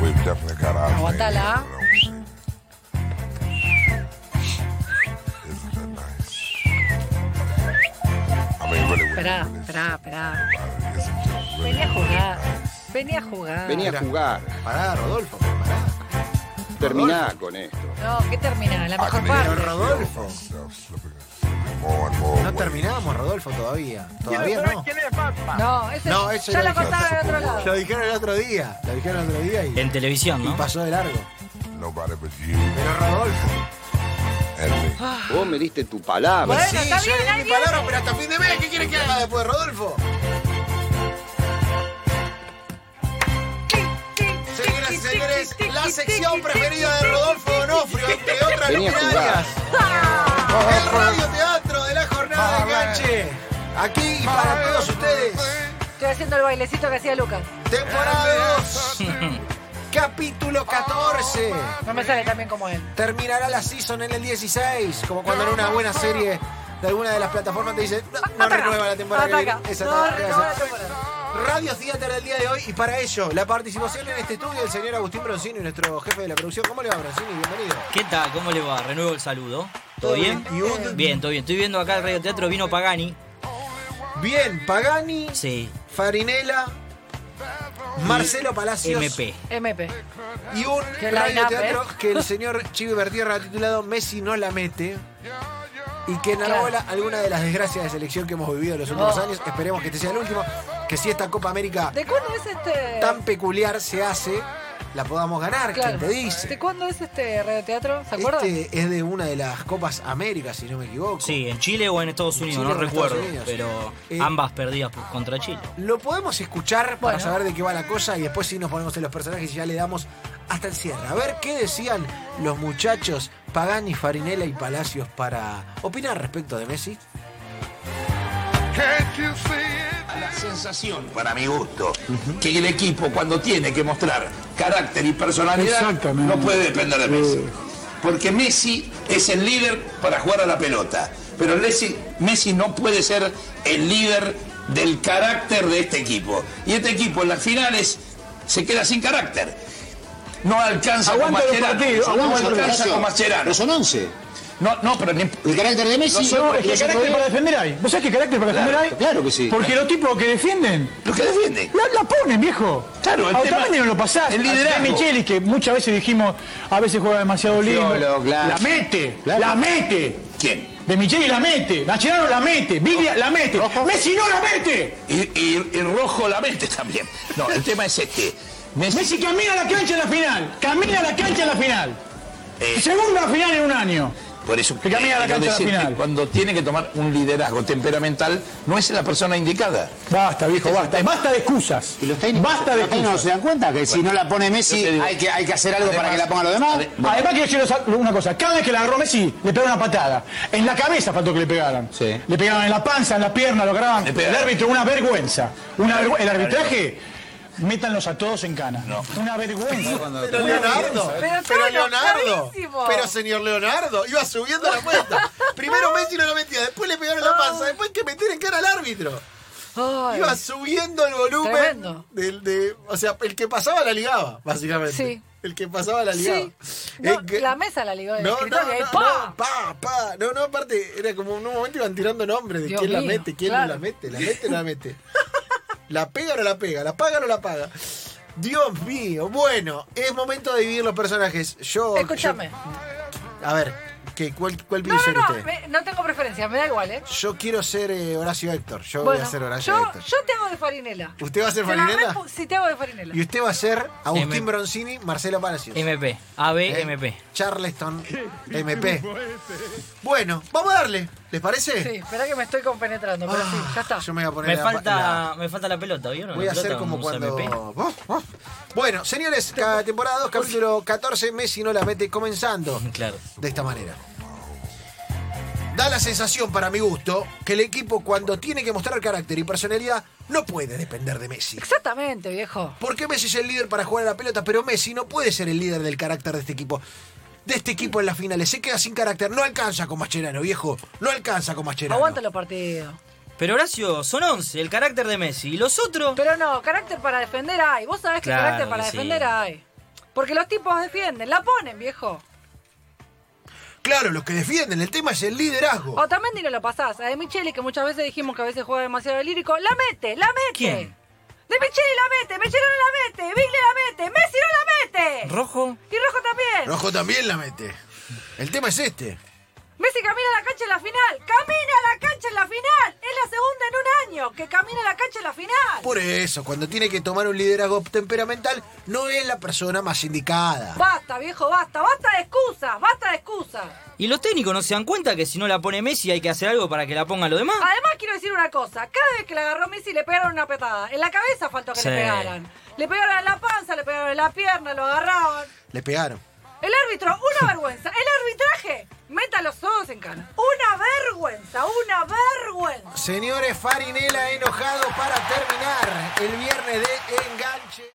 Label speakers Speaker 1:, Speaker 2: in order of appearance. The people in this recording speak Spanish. Speaker 1: We've definitely got our
Speaker 2: Aguantala.
Speaker 1: thing going on, see. Isn't that nice? I mean, really, when you
Speaker 2: Esperá,
Speaker 1: really
Speaker 2: esperá, esperá.
Speaker 1: think about it, isn't it really
Speaker 2: Vení a jugar.
Speaker 1: nice?
Speaker 2: Vení a jugar.
Speaker 3: Vení a jugar.
Speaker 4: Pará, Rodolfo, pará.
Speaker 3: Terminá con esto.
Speaker 2: No, ¿qué termina? La mejor
Speaker 1: I
Speaker 4: Pero
Speaker 1: can
Speaker 2: parte.
Speaker 4: Ah, Rodolfo,
Speaker 1: myself slipping and slipping more and more
Speaker 4: no
Speaker 1: away.
Speaker 4: terminamos, Rodolfo, todavía. Todavía no.
Speaker 2: No, ese,
Speaker 4: No, ese
Speaker 2: ya
Speaker 4: lo
Speaker 2: lo
Speaker 4: dije.
Speaker 2: cortaron en otro lado.
Speaker 4: Lo dijeron el otro día. Lo dijeron el otro día y,
Speaker 5: En televisión,
Speaker 4: y
Speaker 5: Eh, ¿no?
Speaker 4: pasó de largo.
Speaker 1: Nobody but you
Speaker 4: Pero Rodolfo.
Speaker 1: and me.
Speaker 3: Vos me diste tu palabra.
Speaker 2: Bueno, está
Speaker 4: yo
Speaker 2: bien,
Speaker 4: di
Speaker 2: ahí
Speaker 4: mi
Speaker 2: viene.
Speaker 4: palabra, pero hasta fin de mes, ¿qué quieres que haga después, Rodolfo? Señoras y señores, la sección preferida de Rodolfo Donofrio, entre otras
Speaker 3: Vení a jugar.
Speaker 4: luminarias.
Speaker 2: Ah.
Speaker 4: El radioteatro de la jornada de Ganche. Ah, Aquí y para todos ustedes.
Speaker 2: Estoy haciendo el bailecito que hacía Lucas.
Speaker 4: Temporada 2. Capítulo 14.
Speaker 2: No me sale tan bien como él.
Speaker 4: Terminará la season en el 16. Como cuando en una buena serie de alguna de las plataformas te dicen, no, no
Speaker 2: Ataca,
Speaker 4: renueva la temporada. que
Speaker 2: ataca.
Speaker 4: viene". Esa
Speaker 2: No
Speaker 4: ataca,
Speaker 2: renueva la
Speaker 4: esa.
Speaker 2: temporada.
Speaker 4: Radio Theater del día de hoy. Y para ello, la participación en este estudio del señor Agustín Broncini, nuestro jefe de la producción. ¿Cómo le va, Broncini? Bienvenido.
Speaker 5: ¿Qué tal? ¿Cómo le va? Renuevo el saludo. ¿Todo bien?
Speaker 4: ¿Y un-
Speaker 5: Bien, todo bien. Estoy viendo acá el Radio Teatro Vino Pagani.
Speaker 4: Bien, Pagani,
Speaker 5: Sí,
Speaker 4: Farinela, Marcelo Palacios.
Speaker 5: MP.
Speaker 2: MP.
Speaker 4: Y un
Speaker 2: Qué line-up, ¿eh?
Speaker 4: radioteatro que el señor Chivi Bertierra ha titulado Messi no la mete. Y que enarbola alguna de las desgracias de selección que hemos vivido en los últimos
Speaker 2: Oh.
Speaker 4: años. Esperemos que este sea el último. Que si esta Copa América
Speaker 2: ¿De cuándo es este?
Speaker 4: tan peculiar se hace, la podamos ganar.
Speaker 2: Claro.
Speaker 4: ¿Quién te dice?
Speaker 2: ¿De cuándo es este radioteatro? ¿Se acuerdan?
Speaker 4: Este es de una de las Copas América, si no me equivoco.
Speaker 5: Sí, en Chile o en Estados Unidos,
Speaker 4: Chile
Speaker 5: no
Speaker 4: o en
Speaker 5: recuerdo.
Speaker 4: Estados Unidos.
Speaker 5: Pero
Speaker 4: Eh,
Speaker 5: ambas perdidas por- contra Chile.
Speaker 4: Lo podemos escuchar para
Speaker 2: Bueno.
Speaker 4: saber de qué va la cosa y después sí nos ponemos en los personajes y ya le damos hasta el cierre. A ver qué decían los muchachos Pagani, Farinella y Palacios para opinar respecto de Messi.
Speaker 1: Can't you see it?
Speaker 6: La sensación, para mi gusto, que el equipo cuando tiene que mostrar carácter y personalidad no puede depender de Messi. Porque Messi es el líder para jugar a la pelota. Pero Messi, Messi no puede ser el líder del carácter de este equipo. Y este equipo en las finales se queda sin carácter. No alcanza
Speaker 7: Aguanta
Speaker 6: con
Speaker 7: los
Speaker 6: Mascherano.
Speaker 7: partidos,
Speaker 6: no
Speaker 7: aguanta los
Speaker 6: alcanza con Mascherano.
Speaker 7: Pero son 11.
Speaker 6: No, no, pero ni-
Speaker 7: El carácter de Messi.
Speaker 6: No, es que
Speaker 7: los
Speaker 6: carácter
Speaker 7: otros
Speaker 6: para
Speaker 7: días-
Speaker 8: defender hay. ¿Vos sabés qué carácter para
Speaker 6: Claro,
Speaker 8: defender hay?
Speaker 7: claro que sí.
Speaker 8: Porque los tipos que defienden
Speaker 6: lo que defiende.
Speaker 8: la, la ponen, viejo.
Speaker 6: Claro, el
Speaker 8: a
Speaker 6: tema-
Speaker 8: Otamendi no lo pasás.
Speaker 6: el liderazgo.
Speaker 8: A Michelis, que muchas veces dijimos, a veces juega demasiado lindo.
Speaker 7: Fiolo, claro.
Speaker 8: La mete,
Speaker 7: Claro.
Speaker 8: la mete.
Speaker 6: ¿Quién?
Speaker 8: De Michelis la mete, Mascherano la mete, Biglia la mete,
Speaker 7: Ojo.
Speaker 8: Messi no la mete.
Speaker 6: Y, y- y rojo la mente también. No, el tema es este. Messi,
Speaker 8: Messi camina a la cancha en la final, camina a la cancha en la final.
Speaker 6: eh,
Speaker 8: Segunda final en un año.
Speaker 6: por eso eh,
Speaker 8: Que camina a la
Speaker 6: quiero
Speaker 8: cancha a la
Speaker 6: decir que
Speaker 8: final.
Speaker 6: Cuando tiene que tomar un liderazgo temperamental, no es la persona indicada.
Speaker 8: Basta,
Speaker 7: Este
Speaker 8: viejo, basta. Basta de excusas.
Speaker 7: Y los técnicos,
Speaker 8: basta de
Speaker 7: los técnicos no
Speaker 8: excusas.
Speaker 7: se dan cuenta que si no la pone Messi
Speaker 6: yo te digo.
Speaker 7: hay que, hay que hacer algo para
Speaker 6: Además-
Speaker 7: que la ponga los demás.
Speaker 6: ade-
Speaker 8: Además quiero decirles una cosa, cada vez que la agarró Messi, le pegó una patada. En la cabeza faltó que le pegaran.
Speaker 7: Sí.
Speaker 8: Le pegaban en la panza, en la pierna, lo agarraban.
Speaker 6: Le
Speaker 8: El
Speaker 6: pegaron.
Speaker 8: árbitro, una vergüenza. Una vergü- el arbitraje, métanlos a todos en cana. Una vergüenza.
Speaker 4: Pero Leonardo,
Speaker 2: Pero
Speaker 4: pero
Speaker 2: todo
Speaker 4: Leonardo,
Speaker 2: clarísimo.
Speaker 4: pero señor Leonardo, iba subiendo la cuenta. Primero Messi no la metía, después le pegaron
Speaker 2: Ah.
Speaker 4: la panza, después que meter en cara al árbitro.
Speaker 2: Ay,
Speaker 4: Iba subiendo el volumen.
Speaker 2: Tremendo.
Speaker 4: Del, de, o sea, el que pasaba la ligaba, básicamente.
Speaker 2: Sí.
Speaker 4: El que pasaba la ligaba.
Speaker 2: sí. No,
Speaker 4: Eh, que-
Speaker 2: La mesa la ligó del
Speaker 4: No, no,
Speaker 2: escritorio. ahí,
Speaker 4: no,
Speaker 2: ¡pa!
Speaker 4: no, pa, pa. No, no, aparte, era como en un momento iban tirando nombres de
Speaker 2: Dios
Speaker 4: quién la
Speaker 2: mío,
Speaker 4: mete, quién no
Speaker 2: claro.
Speaker 4: la mete, la mete o no la mete. ¿La pega o no la pega? ¿La paga o no la paga? Dios mío, bueno, es momento de dividir los personajes. Yo.
Speaker 2: Escúchame.
Speaker 4: yo- a ver, ¿qué, ¿cuál, cuál
Speaker 2: No,
Speaker 4: pide
Speaker 2: no,
Speaker 4: ser
Speaker 2: no,
Speaker 4: usted?
Speaker 2: me- no tengo preferencia, me da igual, ¿eh?
Speaker 4: Yo quiero ser eh, Horacio Héctor. Yo voy a ser Horacio
Speaker 2: yo,
Speaker 4: Héctor.
Speaker 2: yo te hago de farinela.
Speaker 4: ¿Usted va a ser
Speaker 2: Te la
Speaker 4: Farinela?
Speaker 2: repu- Sí, te hago de farinela.
Speaker 4: Y usted va a ser Agustín
Speaker 5: M.
Speaker 4: Broncini, Marcelo Palacios.
Speaker 5: MP.
Speaker 4: ¿Eh?
Speaker 5: AB, MP.
Speaker 4: Charleston, MP. Bueno, vamos a darle. ¿Les parece?
Speaker 2: Sí, espera que me estoy compenetrando, pero sí, ya está.
Speaker 4: Ah, Yo me voy a poner
Speaker 5: Me
Speaker 4: la-
Speaker 5: falta,
Speaker 4: la-
Speaker 5: me falta la pelota, ¿vieron?
Speaker 4: Voy
Speaker 5: La
Speaker 4: a
Speaker 5: pelota
Speaker 4: hacer como
Speaker 5: vamos a
Speaker 4: cuando...
Speaker 5: MP.
Speaker 4: Oh, oh. Bueno, señores, cada temporada 2, capítulo 14, Messi no la mete comenzando
Speaker 5: Claro.
Speaker 4: de esta manera. Da la sensación, para mi gusto, que el equipo cuando tiene que mostrar carácter y personalidad no puede depender de Messi.
Speaker 2: Exactamente, viejo.
Speaker 4: Porque Messi es el líder para jugar a la pelota, pero Messi no puede ser el líder del carácter de este equipo. De este equipo en las finales. Se queda sin carácter. No alcanza con Mascherano, viejo. No alcanza con Mascherano.
Speaker 2: Aguanta los partidos.
Speaker 5: Pero Horacio, son 11, el carácter de Messi. ¿Y los otros?
Speaker 2: Pero no, carácter para defender hay. Vos sabés
Speaker 5: Claro
Speaker 2: que carácter para
Speaker 5: que sí.
Speaker 2: defender hay. Porque los tipos defienden, la ponen, viejo.
Speaker 4: Claro, los que defienden el tema es el liderazgo.
Speaker 2: O también no lo pasás. A De Micheli, que muchas veces dijimos que a veces juega demasiado lírico, la mete, la mete.
Speaker 5: ¿Quién?
Speaker 2: De Micheli la mete, Micheli no la mete, Bigli la mete, Messi no la mete.
Speaker 5: ¿Rojo?
Speaker 2: y Rojo también.
Speaker 4: Rojo también la mete. El tema es este.
Speaker 2: Messi camina a la cancha en la final. Camina a la cancha en la final. Es la segunda en un año que camina a la cancha en la final.
Speaker 4: Por eso, cuando tiene que tomar un liderazgo temperamental, no es la persona más indicada.
Speaker 2: Basta, viejo, basta. Basta de excusas, basta de excusas.
Speaker 5: ¿Y los técnicos no se dan cuenta que si no la pone Messi hay que hacer algo para que la pongan los demás?
Speaker 2: Además, quiero decir una cosa. Cada vez que la agarró Messi le pegaron una petada. En la cabeza faltó que
Speaker 5: Sí.
Speaker 2: le pegaran. Le pegaron en la panza, le pegaron en la pierna, lo agarraban.
Speaker 4: Le pegaron.
Speaker 2: El árbitro, una vergüenza. El arbitraje, meta los ojos en cana. Una vergüenza, una vergüenza.
Speaker 4: Señores, Farinela enojado para terminar el viernes de enganche.